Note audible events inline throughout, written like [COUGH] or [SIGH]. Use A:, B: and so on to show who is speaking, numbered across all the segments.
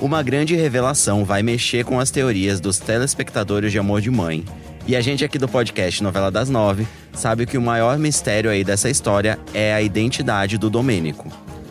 A: Uma grande revelação vai mexer com as teorias dos telespectadores de Amor de Mãe. E a gente aqui do podcast Novela das Nove sabe que o maior mistério aí dessa história é a identidade do Domênico.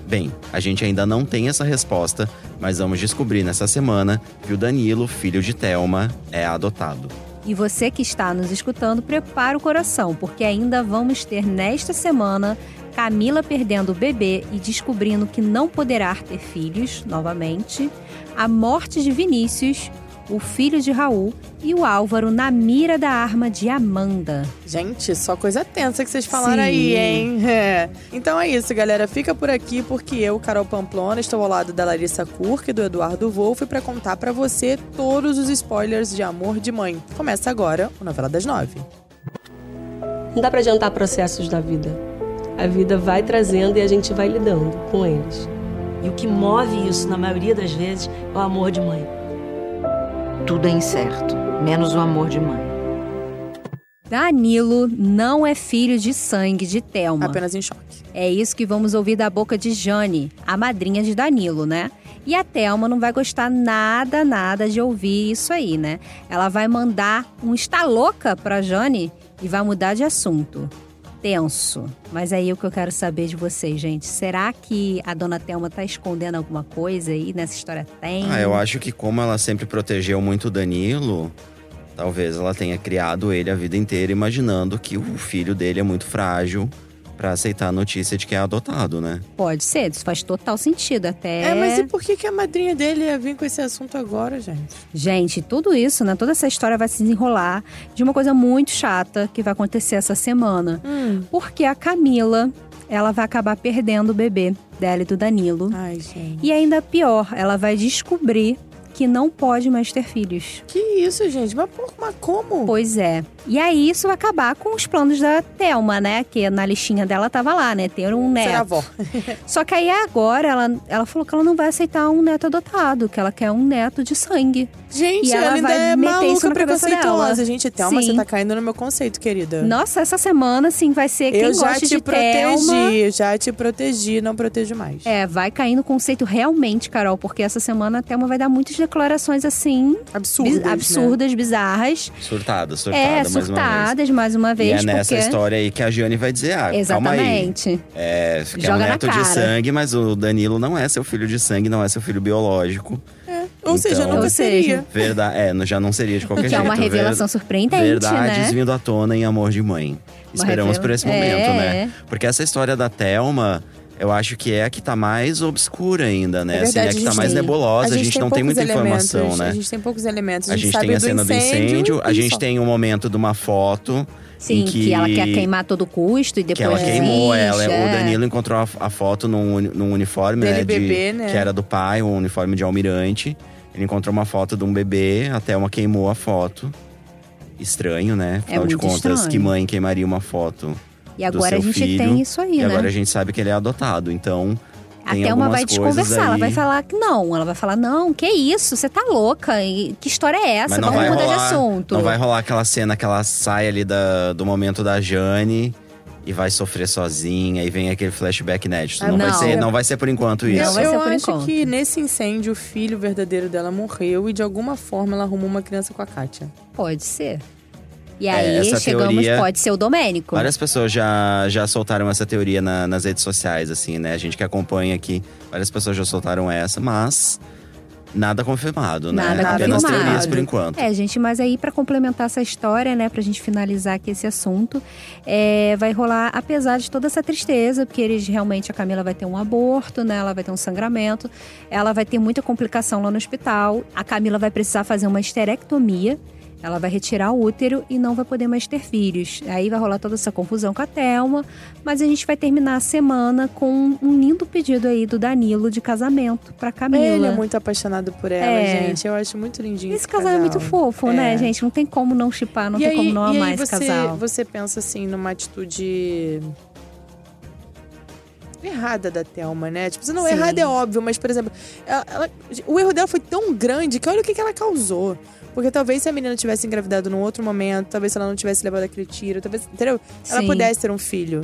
A: Bem, a gente ainda não tem essa resposta, mas vamos descobrir nessa semana que o Danilo, filho de Thelma, é adotado.
B: E você que está nos escutando, prepara o coração, porque ainda vamos ter nesta semana Camila perdendo o bebê e descobrindo que não poderá ter filhos novamente, a morte de Vinícius, o filho de Raul e o Álvaro na mira da arma de Amanda.
C: Gente, só coisa tensa que vocês falaram
B: Sim.
C: aí, hein? [LAUGHS] É. Então é isso, galera. Fica por aqui porque eu, Carol Pamplona, estou ao lado da Larissa Kurk e do Eduardo Wolff para contar pra você todos os spoilers de Amor de Mãe. Começa agora o Novela das Nove.
D: Não dá pra adiantar processos da vida. A vida vai trazendo e a gente vai lidando com eles.
E: E o que move isso, na maioria das vezes, é o amor de mãe.
F: Tudo é incerto, menos o amor de mãe.
B: Danilo não é filho de sangue de Thelma.
C: Apenas em choque.
B: É isso que vamos ouvir da boca de Jane, a madrinha de Danilo, né? E a Thelma não vai gostar nada, nada de ouvir isso aí, né? Ela vai mandar um está louca pra Jane e vai mudar de assunto. Tenso. Mas aí o que eu quero saber de vocês, gente. Será que a dona Thelma tá escondendo alguma coisa aí nessa história? Tem?
A: Ah, eu acho que como ela sempre protegeu muito o Danilo, talvez ela tenha criado ele a vida inteira imaginando que o filho dele é muito frágil pra aceitar a notícia de que é adotado, né?
B: Pode ser, isso faz total sentido até.
C: É, mas e por que, que a madrinha dele ia vir com esse assunto agora, gente?
B: Gente, tudo isso, né? Toda essa história vai se desenrolar de uma coisa muito chata que vai acontecer essa semana.
C: Hum.
B: porque a Camila ela vai acabar perdendo o bebê dela e do Danilo.
C: Ai, gente.
B: E ainda pior, ela vai descobrir que não pode mais ter filhos.
C: Que isso, gente? Mas, por, mas como?
B: Pois é. E aí isso vai acabar com os planos da Thelma, né? Que na listinha dela tava lá, né? Ter um
C: Será
B: neto.
C: avó?
B: Só que aí agora ela, ela falou que ela não vai aceitar um neto adotado, que ela quer um neto de sangue.
C: Gente,
B: E
C: ela,
B: ela
C: ainda
B: vai meter
C: é
B: isso
C: maluca
B: na cabeça
C: preconceituosa.
B: dela.
C: Gente, Thelma,
B: Sim.
C: você tá caindo no meu conceito, querida.
B: Nossa, essa semana sim vai ser É quem
C: É. eu já
B: gosta
C: te
B: de
C: protegi,
B: Thelma.
C: eu já te protegi, não protejo mais.
B: É, vai cair no conceito realmente, Carol, porque essa semana a Thelma vai dar muitas declarações assim
C: Absurdo.
B: Bis-
C: né?
B: absurdas, bizarras.
A: Surtada, surtada
B: É,
A: mais uma vez.
B: surtadas mais uma
A: E
B: vez.
A: é nessa
B: porque...
A: história aí que a Jane vai dizer, ah, calma aí.
B: Exatamente.
A: É, que é um
B: Joga na
A: neto de
B: cara.
A: sangue, mas o Danilo não é seu filho de sangue, não é seu filho biológico.
C: Ou seja,
A: Então-
C: nunca
B: Ou
C: seria.
B: seja,
A: Verdade, é, não- já não seria de
B: O
A: qualquer
B: [LAUGHS] que é
A: jeito.
B: uma
A: Ver-
B: revelação surpreendente,
A: Verdades
B: né?
A: vindo à tona em Amor de Mãe.
B: Uma
A: Esperamos por esse momento,
B: é.
A: né? Porque essa história da Thelma, eu acho que é a que tá mais obscura ainda, né?
C: É verdade,
A: assim, é a que
C: a
A: tá
C: gente
A: mais
C: tem-
A: nebulosa, a gente, não tem
C: poucos
A: muita
C: elementos,
A: informação, né?
C: A gente tem poucos elementos. A
A: A
C: gente,
A: gente
C: sabe
A: tem a cena
C: do incêndio.
A: a
C: e
A: gente
C: só.
A: tem o momento de uma foto
B: Sim,
A: em
B: que... ela quer queimar a todo custo e depois
A: que ela
B: desiste,
A: queimou ela.
B: é.
A: O Danilo encontrou a, a foto num, uni- num uniforme,
C: Dele
A: né, de-
C: bebê, né?
A: Que era do pai, um uniforme de almirante. Ele encontrou uma foto de um bebê, a Thelma queimou a foto. Estranho, né? Afinal de
B: É muito
A: contas,
B: estranho.
A: que mãe queimaria uma foto?
B: E agora
A: seu
B: a gente
A: filho,
B: tem isso aí,
A: e agora
B: né?
A: a gente sabe que ele é adotado. Então,
B: A
A: tem
B: Thelma
A: algumas
B: vai
A: coisas
B: desconversar, ela
A: aí.
B: vai falar que não. Ela vai falar, não, que isso, você tá louca. E que história é essa?
A: Mas não
B: Vamos
A: vai
B: mudar
A: rolar,
B: de assunto.
A: não vai rolar aquela cena que ela sai ali da- do momento da Jane e vai sofrer sozinha e vem aquele flashback inédito.
C: Ah,
A: Não, Vai,
B: não.
A: ser, não vai ser por enquanto isso.
B: Não, vai ser
C: eu
B: por
C: acho
B: enquanto.
C: que nesse incêndio o filho verdadeiro dela morreu e de alguma forma ela arrumou uma criança com a Kátia.
B: Pode ser. E
A: É,
B: aí
A: essa
B: chegamos,
A: teoria-
B: pode ser o Domênico.
A: Várias pessoas já, já soltaram essa teoria na- nas redes sociais, assim, né? A gente que acompanha aqui, várias pessoas já soltaram essa, mas nada confirmado, né?
B: Nada
A: Apenas
B: confirmado.
A: teorias por enquanto.
B: É, gente, mas aí pra complementar essa história, né, pra gente finalizar aqui esse assunto, é, vai rolar, apesar de toda essa tristeza, porque eles realmente, a Camila vai ter um aborto, né, ela vai ter um sangramento, ela vai ter muita complicação lá no hospital, a Camila vai precisar fazer uma esterectomia, ela vai retirar o útero e não vai poder mais ter filhos. Aí vai rolar toda essa confusão com a Thelma, mas a gente vai terminar a semana com um lindo pedido aí do Danilo de casamento pra Camila.
C: Ele é muito apaixonado por ela,
B: É.
C: gente. Eu acho muito lindinho.
B: Esse casal é muito fofo, né,
C: É.
B: gente? Não tem como não chipar, não
C: e
B: tem
C: aí,
B: como não
C: e
B: amar
C: aí
B: esse
C: você,
B: casal.
C: Você pensa assim numa atitude errada da Thelma, né? Tipo, se não
B: Sim.
C: errada é óbvio, mas por exemplo, ela- ela- o erro dela foi tão grande que olha o que, que ela causou. Porque talvez se a menina tivesse engravidado num outro momento, talvez se ela não tivesse levado aquele tiro, talvez, entendeu? Ela
B: Sim.
C: pudesse ter um filho.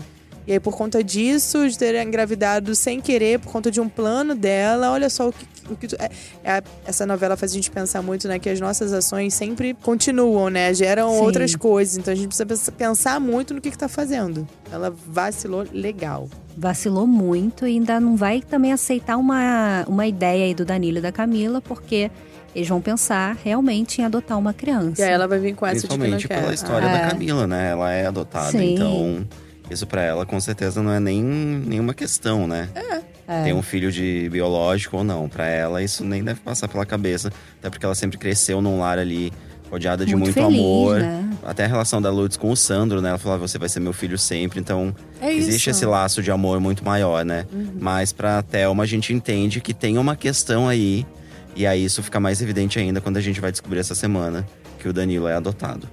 C: E aí, por conta disso, de ter engravidado sem querer, por conta de um plano dela, olha só o que. O que tu- é- é- essa novela faz a gente pensar muito, né? Que as nossas ações sempre continuam, né? Geram
B: Sim.
C: outras coisas. Então a gente precisa pens- pensar muito no que, que tá fazendo. Ela vacilou legal.
B: vacilou muito e ainda não vai também aceitar uma, uma ideia aí do Danilo e da Camila, porque eles vão pensar realmente em adotar uma criança.
C: E aí ela vai vir com essa de que não
A: Principalmente
C: quer.
A: pela história
C: Ah,
B: É.
A: da Camila, né? Ela é adotada,
B: Sim.
A: então isso pra ela com certeza não é nem nenhuma questão, né?
B: É.
A: Ter um filho de biológico ou não, Pra ela isso nem deve passar pela cabeça, até porque ela sempre cresceu num lar ali rodeada de muito,
B: feliz,
A: amor.
B: Né?
A: Até a relação da Lourdes com o Sandro, né? Ela falava, você vai ser meu filho sempre. Então,
C: é isso. Uhum.
A: existe esse laço de amor muito maior, né? Mas pra Thelma, a gente entende que tem uma questão aí. E aí, isso fica mais evidente ainda quando a gente vai descobrir essa semana que o Danilo é adotado.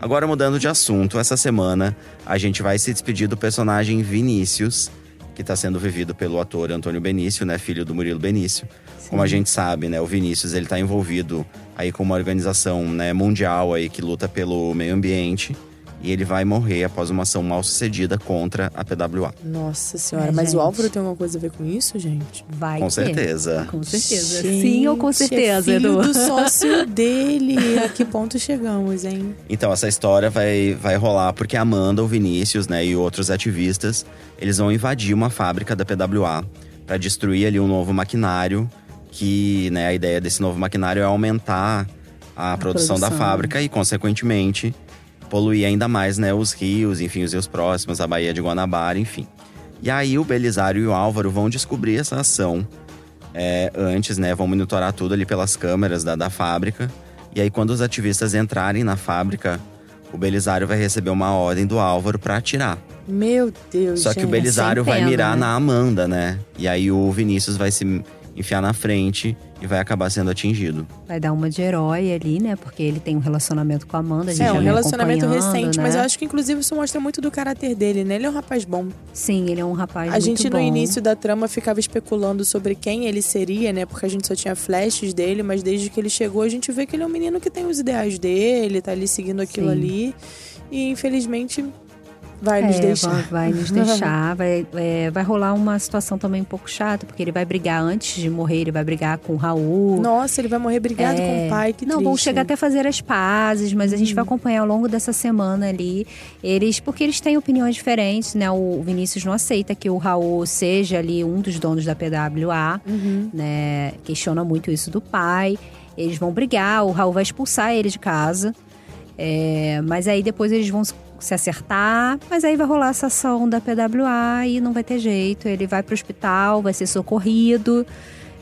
A: Agora, mudando de assunto, essa semana a gente vai se despedir do personagem Vinícius, que tá sendo vivido pelo ator Antônio Benício, né? Filho do Murilo Benício. Como a gente sabe, né? O Vinícius, ele tá envolvido aí com uma organização né, mundial aí que luta pelo meio ambiente. E ele vai morrer após uma ação mal sucedida contra a PWA.
C: Nossa senhora,
B: É,
C: mas
B: gente.
C: o Álvaro tem alguma coisa a ver com isso, gente?
B: Vai
A: Com
B: ter.
A: certeza.
B: Com certeza.
C: Gente,
B: Sim ou com certeza,
C: é filho
B: Edu?
C: do sócio dele. A que ponto chegamos, hein?
A: Então, essa história vai, vai rolar porque a Amanda, o Vinícius, né, e outros ativistas, eles vão invadir uma fábrica da PWA para destruir ali um novo maquinário, que, né, a ideia desse novo maquinário é aumentar a, produção, da
C: produção.
A: fábrica e, consequentemente, poluir ainda mais, né, os rios, enfim, os rios próximos, a Baía de Guanabara, enfim. E aí, o Belisário e o Álvaro vão descobrir essa ação é, antes, né, vão monitorar tudo ali pelas câmeras da, da fábrica. E aí, quando os ativistas entrarem na fábrica, o Belisário vai receber uma ordem do Álvaro pra atirar.
C: Meu Deus,
A: Só que o
C: gente.
A: Belisário
B: sem
A: vai
B: pena,
A: mirar
B: né?
A: na Amanda, né? E aí o Vinícius vai se enfiar na frente e vai acabar sendo atingido.
B: Vai dar uma de herói ali, né? Porque ele tem um relacionamento com a Amanda. A gente
C: É,
B: já
C: um
B: vem
C: relacionamento
B: acompanhando,
C: recente,
B: né?
C: mas eu acho que inclusive isso mostra muito do caráter dele, né? Ele é um rapaz bom.
B: Sim, ele é um rapaz
C: A
B: muito
C: gente no
B: bom.
C: início da trama ficava especulando sobre quem ele seria, né? Porque a gente só tinha flashes dele, mas desde que ele chegou a gente vê que ele é um menino que tem os ideais dele, tá ali seguindo aquilo
B: Sim.
C: ali. E infelizmente vai
B: É,
C: nos deixar.
B: Vai, vai nos deixar. vai, é, vai rolar uma situação também um pouco chata, porque ele vai brigar antes de morrer, ele vai brigar com o Raul.
C: Nossa, ele vai morrer brigado
B: É.
C: com o pai, que
B: Não,
C: triste. Uhum.
B: vão chegar até fazer as pazes, mas a gente vai acompanhar ao longo dessa semana ali. Eles, porque eles têm opiniões diferentes, né? O Vinícius não aceita que o Raul seja ali um dos donos da PWA,
C: Uhum.
B: né? Questiona muito isso do pai. Eles vão brigar, o Raul vai expulsar ele de casa. É, mas aí depois eles vão se acertar, mas aí vai rolar essa ação da PWA e não vai ter jeito. Ele vai pro hospital, vai ser socorrido,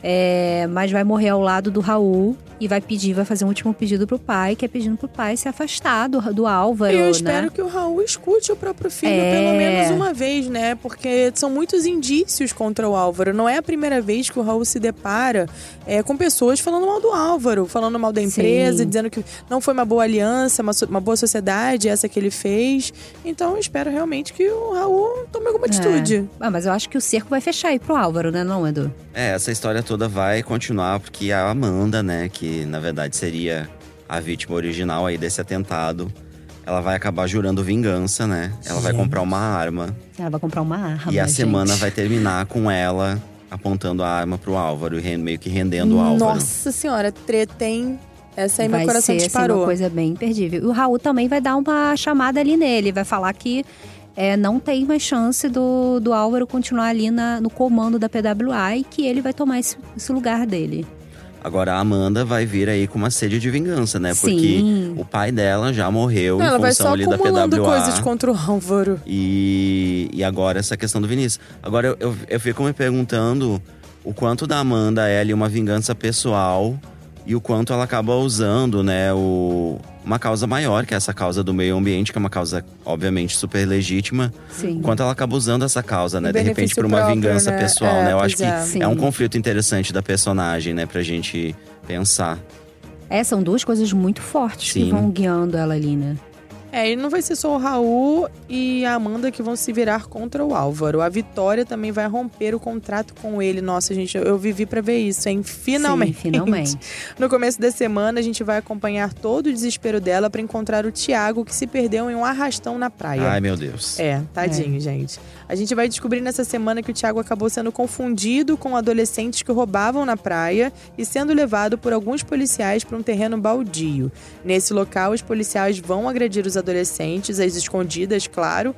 B: é, mas vai morrer ao lado do Raul e vai pedir, vai fazer um último pedido pro pai, que é pedindo pro pai se afastar do, do Álvaro,
C: E eu
B: né?
C: espero que o Raul escute o próprio filho
B: É.
C: pelo menos uma vez, né? Porque são muitos indícios contra o Álvaro. Não é a primeira vez que o Raul se depara é, com pessoas falando mal do Álvaro, falando mal da empresa,
B: Sim.
C: dizendo que não foi uma boa aliança, uma, so- uma boa sociedade essa que ele fez. Então eu espero realmente que o Raul tome alguma atitude.
B: Ah, mas eu acho que o cerco vai fechar aí pro Álvaro, né, não, Edu?
A: É, essa história toda vai continuar porque a Amanda, né, que na verdade seria a vítima original aí desse atentado, ela vai acabar jurando vingança, né? Ela vai comprar uma arma
B: Ela vai comprar uma arma.
A: e a
B: Ah, gente.
A: semana vai terminar com ela apontando a arma pro Álvaro e ren- meio que rendendo o Álvaro.
C: Nossa senhora, treta, hein? Essa é aí
B: vai
C: meu coração
B: ser, assim, uma
C: disparou.
B: coisa bem imperdível. E o Raul também vai dar uma chamada ali nele, vai falar que é, não tem mais chance do, do Álvaro continuar ali na- no comando da PWA e que ele vai tomar esse, esse lugar dele.
A: Agora a Amanda vai vir aí com uma sede de vingança, né? Porque
B: Sim.
A: o pai dela já morreu
C: Não,
A: em
C: ela vai
A: função
C: só
A: ali da
C: acumulando
A: PWA.
C: coisas contra o Álvaro.
A: E, e agora essa questão do Vinícius. Agora eu, eu, eu fico me perguntando o quanto da Amanda é ali uma vingança pessoal e o quanto ela acaba usando, né, o, uma causa maior, que é essa causa do meio ambiente, que é uma causa, obviamente, super legítima.
B: Sim.
A: O quanto ela acaba usando essa causa, né?
C: Em
A: De repente,
C: benefício
A: por uma
C: próprio,
A: vingança
C: né?
A: pessoal,
C: É,
A: né? Eu acho que
C: pois é.
A: é um
B: Sim.
A: conflito interessante da personagem, né, pra gente pensar.
B: É, são duas coisas muito fortes que
A: Sim.
B: vão guiando ela ali, né?
C: É, e não vai ser só o Raul e a Amanda que vão se virar contra o Álvaro. A Vitória também vai romper o contrato com ele. Nossa, gente, eu- eu vivi pra ver isso, hein? Finalmente.
B: Sim, finalmente.
C: No começo da semana, a gente vai acompanhar todo o desespero dela pra encontrar o Thiago, que se perdeu em um arrastão na praia.
A: Ai, meu Deus.
C: É, tadinho, gente. A gente vai descobrir nessa semana que o Thiago acabou sendo confundido com adolescentes que roubavam na praia e sendo levado por alguns policiais para um terreno baldio. Nesse local, os policiais vão agredir os adolescentes, as escondidas, claro.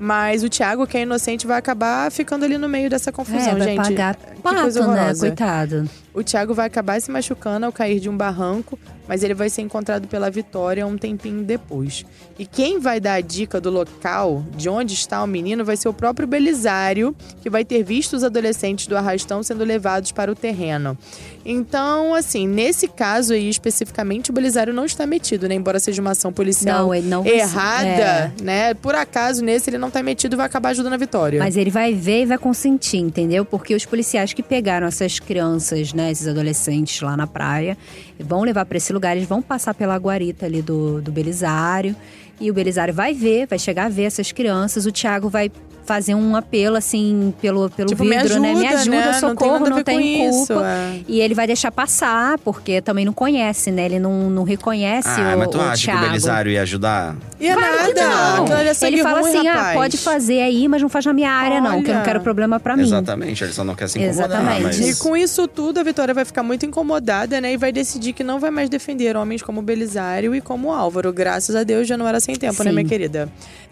C: Mas o Thiago, que é inocente, vai acabar ficando ali no meio dessa [LAUGHS] confusão,
B: é, vai
C: gente.
B: pagar
C: coisa
B: pato, né?
C: horrorosa.
B: Coitado.
C: O Thiago vai acabar se machucando ao cair de um barranco, mas ele vai ser encontrado pela Vitória um tempinho depois. E quem vai dar a dica do local, de onde está o menino, vai ser o próprio Belisário, que vai ter visto os adolescentes do arrastão sendo levados para o terreno. Então, assim, nesse caso aí especificamente, o Belisário não está metido, né? Embora seja uma ação policial
B: Não, é um ele não É. vai-
C: errada, né? Por acaso, nesse ele não está metido, vai acabar ajudando a Vitória.
B: Mas ele vai ver e vai consentir, entendeu? Porque os policiais que pegaram essas crianças, né, esses adolescentes lá na praia, vão levar pra esse lugar, eles vão passar pela guarita ali do, do Belisário. E o Belisário vai ver, vai chegar a ver essas crianças. O Thiago vai fazer um apelo, assim, pelo, pelo
C: Tipo,
B: vidro,
C: me ajuda,
B: né? Me ajuda,
C: né?
B: socorro, não
C: não tem nada a ver
B: tenho
C: com
B: culpa.
C: Isso, é.
B: E ele vai deixar passar, porque também não conhece, né? Ele não, não reconhece
A: Ah,
B: o,
A: mas tu
B: o
A: acha
B: Thiago.
A: que o Belisário ia ajudar?
C: E é
B: Claro que
C: nada.
B: não.
C: Aquilo ali é sangue
B: ele fala
C: ruim,
B: assim: ah,
C: rapaz.
B: pode fazer aí, mas não faz na minha área, não, que eu não
C: Olha.
B: quero problema pra mim.
A: Exatamente, ele só não quer se incomodar.
B: Exatamente.
A: Ah, Mas...
C: E com isso tudo, a Vitória vai ficar muito incomodada, né? E vai decidir que não vai mais defender homens como Belisário e como Álvaro. Graças a Deus já não era sem tempo, né,
B: Sim.
C: minha querida?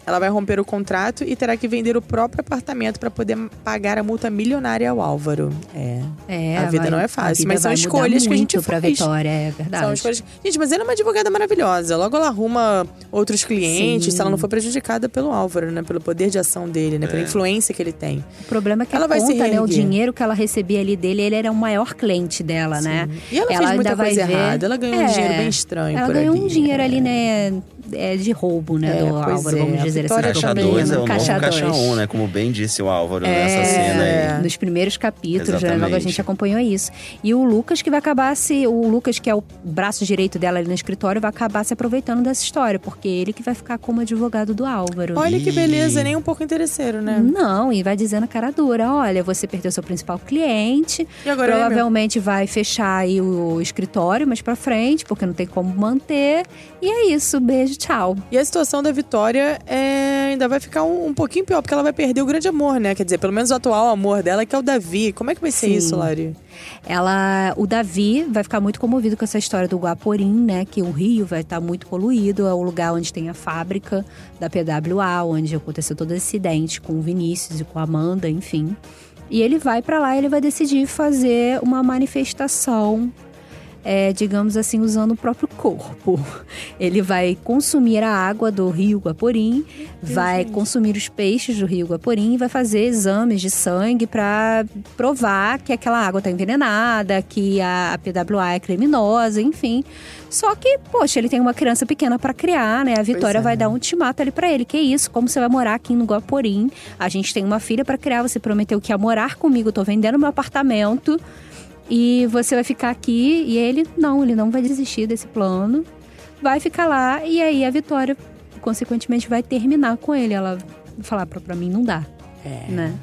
C: Ela vai romper o contrato e terá que vender o próprio apartamento pra poder pagar a multa milionária ao Álvaro. É.
B: É,
C: A vida
B: vai-
C: não é
B: a
C: fácil,
B: vida
C: mas são
B: vai
C: escolhas
B: mudar
C: que a gente
B: muito pra
C: faz.
B: Vitória, é verdade.
C: São escolhas- Gente, mas ela é uma advogada maravilhosa. Logo ela arruma outros clientes,
B: Sim.
C: se ela não for prejudicada pelo Álvaro, né? Pelo poder de ação dele, né? Pela influência que ele tem.
B: O problema é que
C: Ela
B: ela
C: vai se
B: conta, né, o
C: reerguer.
B: dinheiro que ela recebia ali dele, ele era o maior cliente dela, né?
C: E ela,
B: Ela
C: fez muita
B: ainda vai
C: coisa
B: ver-
C: errada. Ela ganhou um
B: É.
C: dinheiro bem estranho
B: Ela
C: por
B: ganhou
C: ali.
B: um dinheiro ali, né, é, de roubo, né,
C: É,
B: do
C: pois
B: Álvaro,
C: é.
B: vamos
C: A
B: dizer assim.
C: Vitória
A: Caixa
B: tá
C: também,
A: 2
B: comendo.
A: é o novo
B: dois.
A: Caixa 1, né? Como bem disse o Álvaro
C: É.
A: nessa cena aí.
B: Nos primeiros capítulos, né,
A: Exatamente.
B: logo a gente acompanhou isso. E o Lucas que vai acabar se… O Lucas, que é o braço direito dela ali no escritório, vai acabar se aproveitando dessa história. Porque ele que vai ficar como advogado do Álvaro.
C: Olha que
A: Ih.
C: beleza, nem um pouco interesseiro,
B: Uhum.
C: né?
B: Não, e vai dizendo a cara dura: olha, você perdeu seu principal cliente,
C: E agora é meu.
B: provavelmente vai fechar aí o escritório mais pra frente, porque não tem como manter. E é isso, beijo, tchau.
C: E a situação da Vitória é, ainda vai ficar um, um pouquinho pior, porque ela vai perder o grande amor, né? Quer dizer, pelo menos o atual amor dela, que é o Davi. Como é que vai ser
B: Sim.
C: isso, Lari?
B: Ela, o Davi vai ficar muito comovido com essa história do Guaporim, né? Que o Rio vai estar muito poluído, é o lugar onde tem a fábrica da PWA, onde aconteceu todo esse acidente com o Vinícius e com a Amanda, enfim. E ele vai pra lá, e ele vai decidir fazer uma manifestação, é, digamos assim, usando o próprio corpo. [LAUGHS] Ele vai consumir a água do Rio Guaporim, vai consumir os peixes do Rio Guaporim e vai fazer exames de sangue pra provar que aquela água tá envenenada, que a, a PWA é criminosa, enfim. Só que, poxa, ele tem uma criança pequena pra criar, né? A Vitória
C: é.
B: vai dar um ultimato ali pra ele. Que isso? Como você vai morar aqui no Guaporim? A gente tem uma filha pra criar, você prometeu que ia morar comigo, eu tô vendendo meu apartamento. E você vai ficar aqui. E ele, não, ele não vai desistir desse plano. Vai ficar lá. E aí a Vitória, consequentemente, vai terminar com ele. Ela vai falar, pra, pra mim não dá,
C: É.
B: né?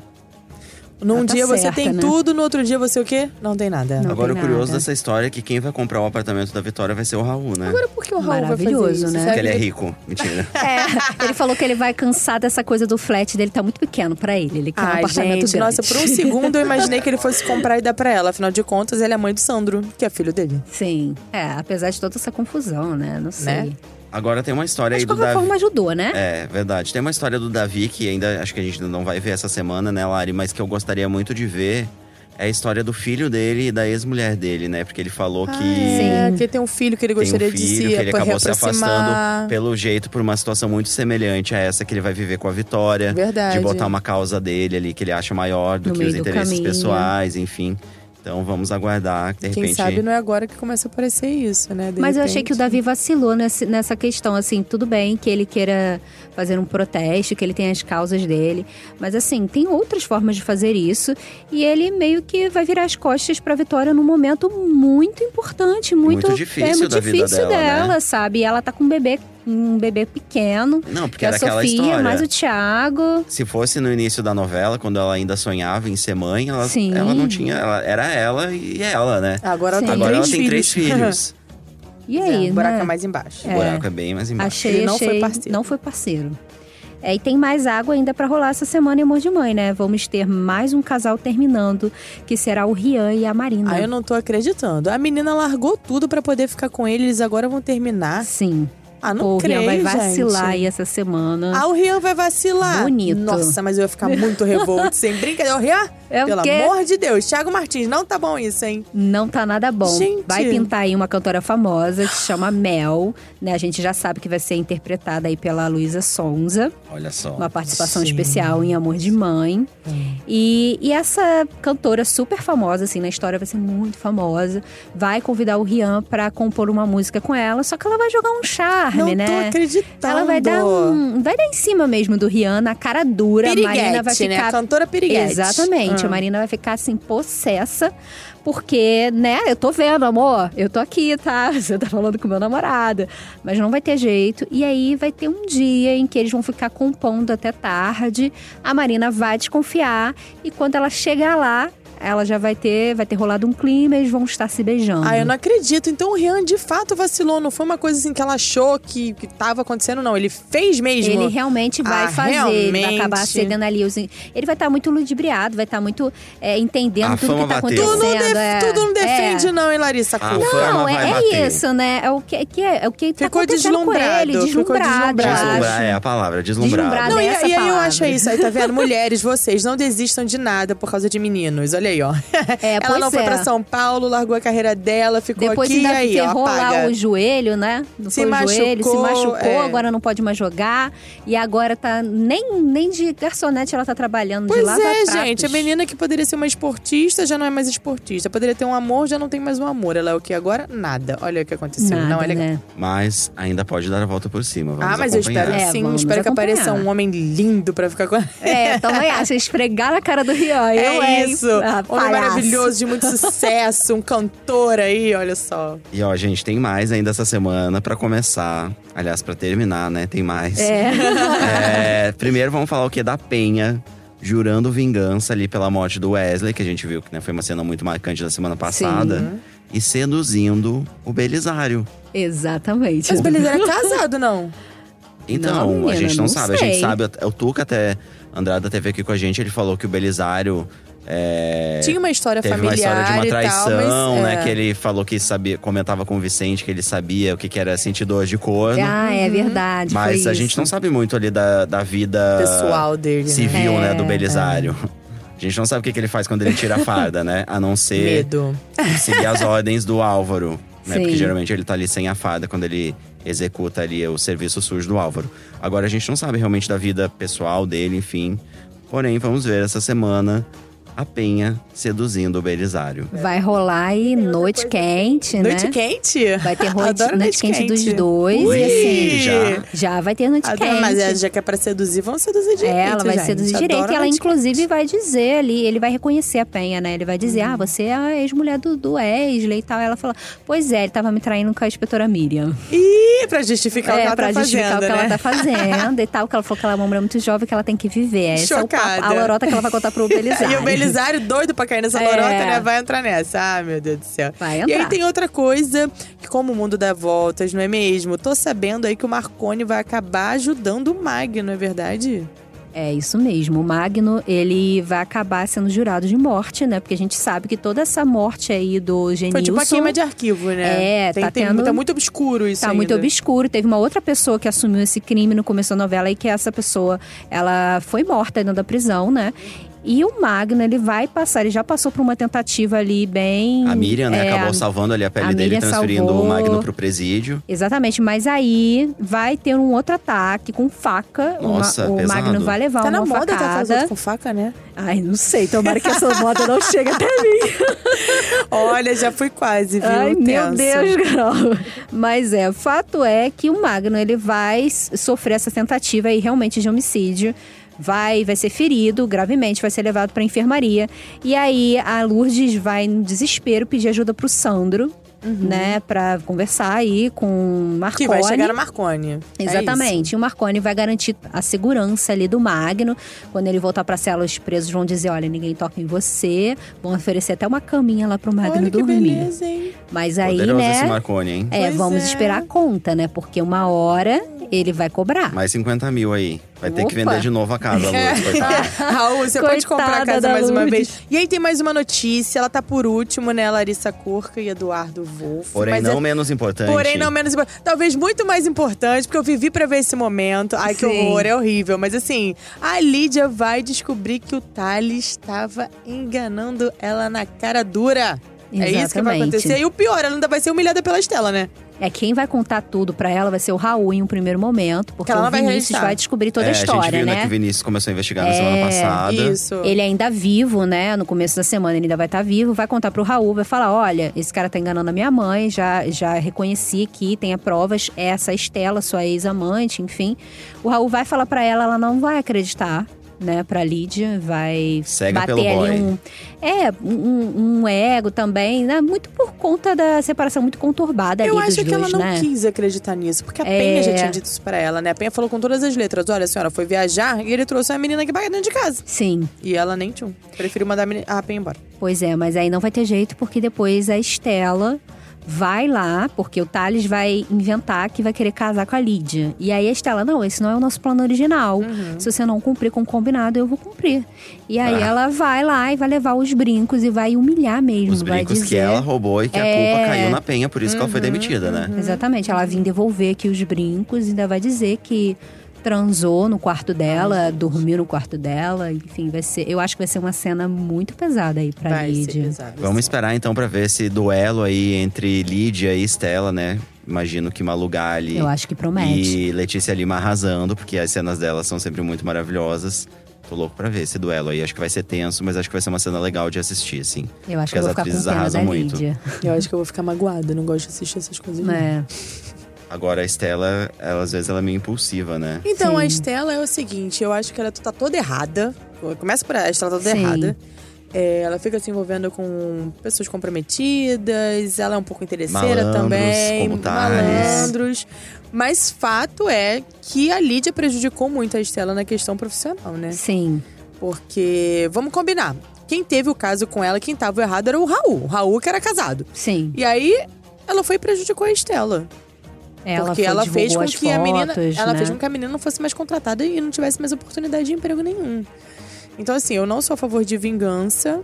C: Num
B: Ela tá
C: dia você
B: certa,
C: tem
B: né?
C: tudo, no outro dia você o quê? Não tem nada.
B: Não
A: Agora, o
B: tem
A: curioso
B: nada.
A: dessa história é que quem vai comprar o apartamento da Vitória vai ser o Raul, né?
C: Agora por que o Raul vai fazer
B: Maravilhoso,
C: isso?
B: né?
A: Porque
C: Será
A: ele é
C: que
A: rico.
B: [LAUGHS]
A: Mentira.
B: É, ele falou que ele vai cansar dessa coisa do flat dele, tá muito pequeno pra ele. Ele quer um
C: Ai,
B: apartamento
C: gente,
B: grande.
C: nossa, por um segundo eu imaginei que ele fosse comprar e dar pra ela. Afinal de contas, ele é mãe do Sandro, que é filho dele.
B: Sim, é, apesar de toda essa confusão, né? Não sei.
C: Né?
A: Agora tem uma história aí
B: Mas de
A: do
B: qualquer
A: Davi.
B: forma ajudou, né?
A: É, verdade. Tem uma história do Davi que ainda acho que a gente ainda não vai ver essa semana, né, Lari? Mas que eu gostaria muito de ver. É a história do filho dele e da ex-mulher dele, né? Porque ele falou que.
C: Ah, é, que tem um filho que ele
A: Tem um
C: gostaria de
A: filho
C: se
A: que ele acabou se
C: reaproximar.
A: afastando pelo jeito por uma situação muito semelhante a essa que ele vai viver com a Vitória. [LAUGHS]
C: Verdade.
A: De botar uma causa dele ali que ele acha maior do
B: No
A: que
B: meio
A: os
B: do
A: interesses
B: caminho.
A: pessoais, enfim. Então vamos aguardar, de
C: Quem
A: repente.
C: sabe não é agora que começa a aparecer isso, né? De
B: Mas eu achei
C: repente.
B: que o Davi vacilou nesse- nessa questão, assim, tudo bem que ele queira fazer um protesto, que ele tem as causas dele, mas assim, tem outras formas de fazer isso, e ele meio que vai virar as costas pra Vitória num momento muito importante, muito,
A: Muito difícil
B: é, muito
A: da vida
B: difícil
A: dela, né?
B: sabe? E ela tá com um bebê um bebê pequeno.
A: Não, porque
B: que é a
A: era aquela
B: Sofia,
A: história.
B: mais o Thiago.
A: Se fosse no início da novela, quando ela ainda sonhava em ser mãe, ela,
B: Sim.
A: ela não tinha. Ela, era ela e ela, né?
C: Agora ela
B: Sim.
C: tem
A: Agora
C: três
A: ela tem três
C: [LAUGHS]
A: filhos.
B: E
C: É,
B: aí,
C: o buraco
B: né?
C: é mais embaixo.
A: O buraco é bem mais embaixo.
B: Achei,
C: Ele não foi
B: achei-
C: parceiro.
B: Não foi parceiro. É, e tem mais água ainda pra rolar essa semana em Amor de Mãe, né? Vamos ter mais um casal terminando, que será o Rian e a Marina.
C: Ah, eu não tô acreditando. A menina largou tudo pra poder ficar com ele, eles agora vão terminar.
B: Sim.
C: Ah, não
B: o
C: creio,
B: Rian vai vacilar
C: gente.
B: aí essa semana.
C: Ah, o Rian vai vacilar.
B: Bonito.
C: Nossa, mas eu ia ficar muito revolto, sem brincadeira. Ô, Rian,
B: é
C: pelo
B: o quê?
C: amor de Deus. Thiago Martins, não tá bom isso, hein?
B: Não tá nada bom.
C: Gente.
B: Vai pintar aí uma cantora famosa que se chama Mel, né? A gente já sabe que vai ser interpretada aí pela Luísa Sonza.
A: Olha só.
B: uma participação
C: Sim.
B: especial em Amor de Mãe. E, e essa cantora super famosa, assim, na história vai ser muito famosa, vai convidar o Rian pra compor uma música com ela, só que ela vai jogar um charme,
C: não
B: né?
C: tô acreditando.
B: Ela vai dar um. Vai dar em cima mesmo do Rian, na cara dura. a Marina vai
C: Piriguete, né?
B: ficar.
C: Cantora piriguete.
B: Exatamente,
C: Ah.
B: a Marina vai ficar assim, possessa, porque, né, eu tô vendo, amor, eu tô aqui, tá? [LAUGHS] Você tá falando com meu namorado, mas não vai ter jeito. E aí vai ter um dia em que eles vão ficar compondo até tarde, a Marina vai desconfiar, e quando ela chegar lá, ela já vai ter, vai ter rolado um clima, eles vão estar se beijando.
C: Ah, eu não acredito. Então o Rian de fato vacilou. Não foi uma coisa assim que ela achou que, que tava acontecendo, não. Ele fez mesmo.
B: Ele realmente vai
C: Ah,
B: fazer, ele vai
C: realmente?
B: acabar cedendo ali. Os... Ele vai estar muito ludibriado, vai estar muito é, entendendo
A: A
B: tudo
A: fama
B: que tá
A: bateu.
B: acontecendo.
A: Tu
B: é,
C: Tudo não defende,
B: é.
C: não, hein, Larissa?
A: Ah,
C: Cuca?
A: foi uma
B: Não,
A: vai
B: é,
A: bater.
B: é isso, né? É o que, é que, é o que tá
C: Ficou
B: acontecendo com ele,
C: deslumbrado,
B: deslumbrado.
C: ficou
B: eu
C: deslumbrado.
A: Deslumbrar
B: acho.
A: é a palavra, deslumbrado.
B: Deslumbrado.
C: Não, e,
B: Essa
C: e aí eu
B: palavra.
C: acho isso aí,
B: [LAUGHS]
C: tá vendo? Mulheres, vocês não desistam de nada por causa de meninos. Olha aí, ó.
B: É,
C: ela
B: pois
C: não foi
B: é.
C: pra São Paulo, largou a carreira dela, ficou
B: Depois
C: aqui e
B: ainda
C: aí, ó,
B: ferrou lá
C: apaga.
B: o joelho, né? Não
C: Se
B: foi o joelho, se
C: machucou,
B: machucou,
C: é.
B: agora não pode mais jogar. E agora tá nem, nem de garçonete ela tá trabalhando de
C: Pois
B: lava
C: é, gente. A menina que poderia ser uma esportista já não é mais esportista. Poderia ter um amor, já não tem mais um amor. Ela é o que agora? Nada. Olha o que aconteceu.
B: Nada,
C: não é legal. [LAUGHS]
B: né?
A: Mas ainda pode dar a volta por cima. Vamos
C: Ah, mas eu
A: acompanhar.
C: espero que
B: É,
C: sim.
B: vamos
C: espero que
B: acompanhar.
C: apareça um homem lindo pra ficar com ela.
B: É, também acho. Esfregar a cara do Rian. eu,
C: [LAUGHS] é
B: hein?
C: isso.
B: Ah,
C: um homem
B: palhaço.
C: maravilhoso,
B: [LAUGHS]
C: de muito sucesso, um cantor aí, olha só.
A: E ó, gente, tem mais ainda essa semana pra começar. Aliás, pra terminar, né? Tem mais.
B: É. [LAUGHS]
A: É, primeiro vamos falar o que da Penha, jurando vingança ali pela morte do Wesley, que a gente viu que né, foi uma cena muito marcante da semana passada,
C: Sim.
A: e seduzindo o Belisário.
B: Exatamente.
A: [LAUGHS]
C: Mas Beleza era casado, não?
A: Então, a
B: Não, menina,
A: gente não,
B: não
A: sabe, a gente
B: sei.
A: sabe, o Tuca até Andrada teve aqui com a gente, ele falou que o Belisário é,
C: Tinha uma história
A: teve uma
C: familiar
A: história de uma traição,
C: e tal, mas,
A: né,
C: é.
A: que ele falou que sabia, comentava com o Vicente que ele sabia o que, que era sentir dor de corno.
B: Ah, é verdade.
A: Mas
B: foi
A: a gente
B: isso.
A: não sabe muito ali da, da vida
C: pessoal dele, né?
A: civil, né,
B: É,
A: do Belisário. A gente não sabe o que, que ele faz quando ele tira a farda, né? A não ser
C: Medo.
A: seguir as ordens do Álvaro. Né?
B: Sim.
A: Porque geralmente ele tá ali sem a farda quando ele executa ali o serviço sujo do Álvaro. Agora a gente não sabe realmente da vida pessoal dele, enfim. Porém, vamos ver essa semana a Penha seduzindo o Belisário.
B: É. Vai rolar aí noite quente, né?
C: Noite quente?
B: Vai
C: [LAUGHS]
B: ter noite,
C: Adoro
B: noite,
C: noite
B: quente, dos
C: quente.
B: dois.
A: Ui!
B: E assim,
A: Já.
B: já vai ter noite
C: Adoro,
B: quente.
C: mas é, já que é pra seduzir, vamos seduzir direito,
B: É, ela vai
C: gente.
B: seduzir
C: Adoro
B: direito. E ela,
C: noite
B: inclusive,
C: quente. Uhum.
B: vai dizer ali, ele vai reconhecer a Penha, né? Ele vai dizer, ah, você é a ex-mulher do, do Wesley e tal. Ela fala, pois é, ele tava me traindo com a inspetora Miriam.
C: Ih, pra justificar o que
B: é,
C: ela
B: pra
C: tá fazendo,
B: justificar o que
C: né?
B: ela tá fazendo e tal. Que ela falou que ela é uma mulher muito jovem, que ela tem que viver. Esse é o papo-
C: Chocada.
B: a lorota que ela vai contar pro Belisário.
C: [LAUGHS] [LAUGHS] E o Belisário doido pra cair nessa
B: É.
C: lorota, né? Vai entrar nessa. Ah, meu Deus do céu.
B: Vai
C: E
B: entrar.
C: aí tem outra coisa, que como o mundo dá voltas, não é mesmo? Tô sabendo aí que o Marconi vai acabar ajudando o Mag, não é verdade?
B: É isso mesmo. O Magno, ele vai acabar sendo jurado de morte, né? Porque a gente sabe que toda essa morte aí do Genilson…
C: Foi tipo a queima de arquivo, né?
B: É,
C: tem,
B: tá
C: tem,
B: tendo-
C: Tá muito obscuro isso né?
B: Tá muito
C: ainda.
B: obscuro. Teve uma outra pessoa que assumiu esse crime no começo da novela e que essa pessoa, ela foi morta dentro da prisão, né? E o Magno, ele vai passar, ele já passou por uma tentativa ali bem…
A: A Miriam, né,
B: é,
A: acabou salvando ali a pele
B: a
A: dele,
B: Miriam
A: transferindo o
B: salvou.
A: Magno pro presídio.
B: Exatamente, mas aí vai ter um outro ataque com faca. O Ma-
A: Nossa,
B: o
A: pesado.
B: Magno vai levar
C: Tá
B: uma
C: na moda tá
B: facada.
C: fazendo com faca, né?
B: Ai, não sei, tomara que essa moda não chegue até mim.
C: Olha, já fui quase, viu?
B: Ai, meu
C: Tenso.
B: Deus, Carol. Mas é, o fato é que o Magno, ele vai s- sofrer essa tentativa aí realmente de homicídio. Vai, vai ser ferido gravemente, vai ser levado pra enfermaria. E aí a Lourdes vai no desespero pedir ajuda pro Sandro. né, Pra conversar aí com Marconi.
C: Uhum. Que vai chegar a Marconi. É
B: Exatamente. e o Marconi vai garantir a segurança ali do Magno. Quando ele voltar pra cela, os presos vão dizer: olha, ninguém toca em você. Vão oferecer até uma caminha lá pro
C: isso.
B: Magno
C: Olha que
B: dormir.
C: beleza, hein?
B: Mas aí,
A: Poderoso
B: né?
A: esse Marconi, hein?
B: É,
C: Pois
B: vamos
C: é.
B: esperar a conta, né? Porque uma hora ele vai cobrar.
A: Mais 50 mil aí. Vai ter que
B: É. Opa.
A: vender de novo a
B: [LAUGHS]
A: casa, Lourdes, coitada.
C: [LAUGHS] Raul, você pode
B: Ah. Coitada
C: comprar a casa
B: da
C: mais uma
B: Lourdes.
C: vez. E aí tem mais uma notícia, ela tá por último, né? Larissa Curca e Eduardo Wolff.
A: Porém,
C: Mas é-
A: não menos importante.
C: Porém, não menos importante. Talvez muito mais importante, porque eu vivi pra ver esse momento. Ai, que
F: Sim.
C: horror, é horrível. Mas assim, a Lídia vai descobrir que o Thales estava enganando ela na cara dura. É isso que vai
B: Exatamente.
C: acontecer. E o pior, ela ainda vai ser humilhada pela Estela, né?
B: É quem vai contar tudo pra ela vai ser o Raul em um primeiro momento, porque
C: Que ela
B: o
C: não vai
B: Vinícius
C: registrar.
B: vai descobrir toda
A: é,
B: a história,
A: A gente viu, né,
B: né? É,
A: que o Vinícius começou a investigar na semana passada.
C: Isso.
B: Ele ainda vivo, né? No começo da semana ele ainda vai estar vivo, vai contar pro Raul, vai falar: olha, esse cara tá enganando a minha mãe, já, já reconheci que tenha provas, é essa Estela, sua ex-amante, enfim. O Raul vai falar pra ela, ela não vai acreditar. Né, pra Lídia, vai
A: Cega
B: bater
A: pelo boy.
B: ali um. É, um, um ego também, né? Muito por conta da separação muito conturbada
C: Eu
B: tá ali dos
C: acho que
B: dois,
C: ela não
B: né?
C: quis acreditar nisso, porque a
B: É.
C: Penha já tinha dito isso pra ela, né? A Penha falou com todas as letras: olha, a senhora foi viajar e ele trouxe a menina que vai dentro de casa.
B: Sim.
C: E ela nem tchum. Preferiu mandar a, meni- a Penha embora.
B: Pois é, mas aí não vai ter jeito, porque depois a Estela vai lá, porque o Thales vai inventar que vai querer casar com a Lídia. E aí a Estela, não, esse não é o nosso plano original.
C: Uhum.
B: Se você não cumprir com o combinado, eu vou cumprir. E aí
A: Ah.
B: ela vai lá e vai levar os brincos e vai humilhar mesmo.
A: Os
B: vai
A: brincos
B: dizer...
A: que ela roubou e que a
B: É. Uhum,
A: culpa caiu na penha, por isso que ela foi demitida, né?
B: Exatamente, ela vem devolver aqui os brincos e ainda vai dizer que transou no quarto dela, dormiu no quarto dela, enfim, vai ser, eu acho que vai ser uma cena muito pesada aí pra
C: vai ser
B: Lídia.
C: pesado.
A: Vamos esperar então pra ver esse duelo aí entre Lídia e Estela, né? Imagino que Malu Gali
B: Eu acho que é promete.
A: e Letícia Lima arrasando, porque as cenas delas são sempre muito maravilhosas. Tô louco pra ver esse duelo aí. Acho que vai ser tenso, mas acho que vai ser uma cena legal de assistir, sim.
B: Eu
A: Porque
B: acho que eu
A: as
B: vou ficar com
A: atrizes
B: pena da
A: arrasam muito.
B: Lídia.
C: Eu acho que eu vou ficar magoada, não gosto de assistir essas coisas. não.
B: É.
A: Agora a Estela, ela, às vezes ela é meio impulsiva, né?
C: Então, a
B: Sim.
C: Estela é o seguinte, eu acho que ela tá toda errada. Começa por ela, a Estela tá toda
B: Sim.
C: errada. É, ela fica se envolvendo com pessoas comprometidas, ela é um pouco interesseira
A: Malandros,
C: também,
A: como tais.
C: malandros. Mas fato é que a Lídia prejudicou muito a Estela na questão profissional, né?
B: Sim.
C: Porque, vamos combinar, quem teve o caso com ela, quem tava errado era o Raul. O Raul que era casado.
B: Sim.
C: E aí, ela foi e prejudicou a Estela.
B: Ela
C: Porque
B: foi,
C: ela
B: divulgou
C: fez com
B: as
C: que a menina,
B: fotos,
C: ela
B: né?
C: fez com que a menina não fosse mais contratada e não tivesse mais oportunidade de emprego nenhum. Então assim, eu não sou a favor de vingança.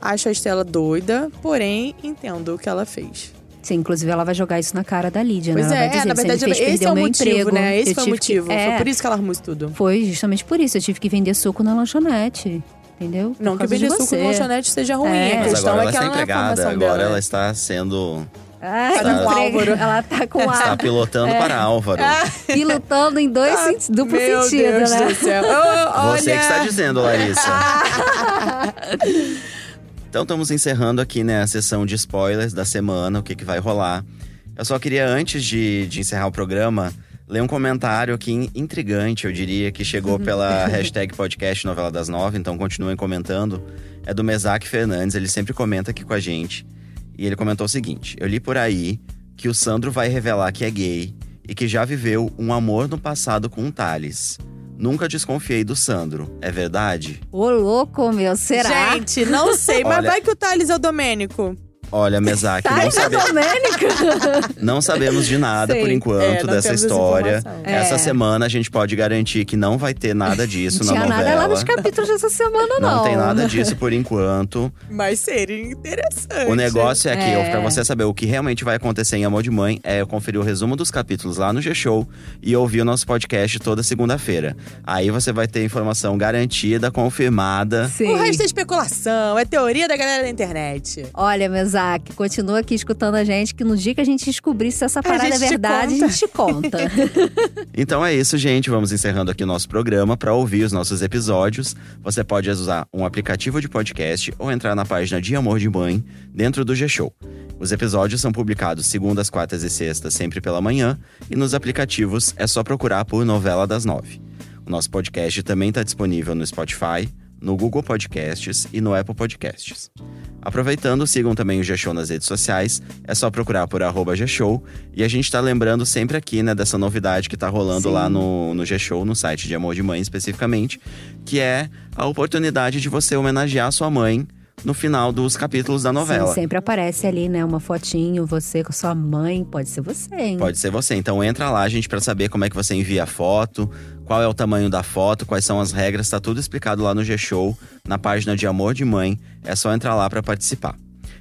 C: Acho a Estela doida, porém entendo o que ela fez.
B: Sim, inclusive ela vai jogar isso na cara da Lídia,
C: pois
B: né? Ela vai
C: é,
B: dizer,
C: na
B: "Você me
C: verdade
B: fez
C: esse
B: perder
C: é
B: o
C: o
B: meu
C: motivo,
B: emprego.
C: né? Esse
B: Eu
C: foi o
B: tive
C: motivo.
B: Que...
C: Foi
B: É,
C: por isso que ela arrumou isso tudo.
B: foi justamente por isso. Eu tive que vender suco na lanchonete. Entendeu?
C: Não
B: por
C: que
B: causa
C: o
B: de
C: vender suco
B: você.
C: no lanchonete seja ruim.
B: É.
C: A
A: Mas
C: questão
A: agora
C: é
A: ela
C: que
A: está
C: ela não é a
A: empregada,
C: formação
A: agora
C: dela.
A: ela está sendo.
B: Ah,
C: Tá
B: que
C: com
B: entrega.
C: Álvaro.
B: Ela tá com
A: está
B: a.
A: pilotando
C: É.
A: para Álvaro.
B: pilotando em dois sentidos, duplo
C: Tá. Meu
B: sentido,
C: Deus
B: né?
C: do céu. Oh, olha.
A: Você que está dizendo, Larissa. então estamos encerrando aqui, né, a sessão de spoilers da semana, o que, que vai rolar. Eu só queria, antes de, de encerrar o programa, ler um comentário aqui in- intrigante, eu diria, que chegou pela hashtag podcast Novela das Nove, então continuem comentando. É do Mesac Fernandes, ele sempre comenta aqui com a gente. E ele comentou o seguinte: Eu li por aí que o Sandro vai revelar que é gay e que já viveu um amor no passado com o Thales. Nunca desconfiei do Sandro, é verdade?
B: Ô, louco, meu, será?
C: Gente, não sei, mas
A: Olha.
C: vai que o Thales é o Domênico.
A: Olha,
C: [LAUGHS]
A: Mesac,
B: tá
A: não,
B: aí,
A: sabe-
B: Domênico?
A: não sabemos de nada
B: Sei.
A: por
C: É,
A: enquanto
C: não
A: dessa
C: temos
A: história.
C: informação.
B: É.
A: Essa semana a gente pode garantir que não vai ter nada disso
B: Não
A: na
B: tinha
A: novela.
B: nada lá nos capítulos dessa semana, não.
A: Não tem nada disso por enquanto.
C: Mas seria interessante.
A: O negócio é que,
B: É.
A: pra você saber o que realmente vai acontecer em Amor de Mãe, é eu conferir o resumo dos capítulos lá no G-Show e ouvir o nosso podcast toda segunda-feira. Aí você vai ter informação garantida, confirmada.
B: [LAUGHS] Sim.
C: O resto é especulação, é teoria da galera da internet.
B: Olha, Mesac, continua aqui escutando a gente, que no dia que a gente descobrir se essa parada é
C: gente te
B: verdade,
C: conta.
B: a gente te conta.
A: Então é isso, gente. Vamos encerrando aqui o nosso programa. Para ouvir os nossos episódios, você pode usar um aplicativo de podcast ou entrar na página de Amor de Mãe dentro do G-Show. Os episódios são publicados segundas, quartas e sextas, sempre pela manhã, e nos aplicativos é só procurar por Novela das Nove. O nosso podcast também está disponível tá no Spotify, no Google Podcasts e no Apple Podcasts. Aproveitando, sigam também o G-Show nas redes sociais, é só procurar por arroba G-Show. E a gente tá lembrando sempre aqui, né, dessa novidade que tá rolando
C: Sim.
A: lá no, no G-Show, no site de Amor de Mãe especificamente, que é a oportunidade de você homenagear a sua mãe no final dos capítulos da novela.
B: Sim, sempre aparece ali, né? Uma fotinho, você com sua mãe. Pode ser você, hein?
A: Pode ser você. Então entra lá, gente, pra saber como é que você envia a foto, qual é o tamanho da foto, quais são as regras, tá tudo explicado lá no G-Show, na página de Amor de Mãe. É só entrar lá pra participar.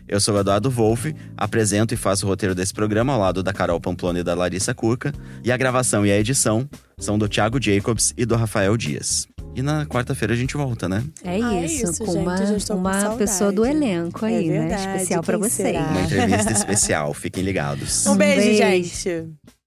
A: Eu sou o Eduardo Wolff, apresento e faço o roteiro desse programa ao lado da Carol Pamplona e da Larissa Curca. E a gravação e a edição são do Thiago Jacobs e do Rafael Dias. E na quarta-feira a gente volta, né?
B: É
C: Ah, é
B: isso,
C: isso,
B: com
C: gente,
B: uma,
C: eu já estou com
B: uma
C: saudade.
B: pessoa do elenco
C: É
B: aí, né?
C: verdade,
B: Especial pra
C: quem
B: vocês.
C: será?
B: [LAUGHS]
A: Uma entrevista especial, fiquem ligados.
C: Um beijo,
B: beijo.
C: gente.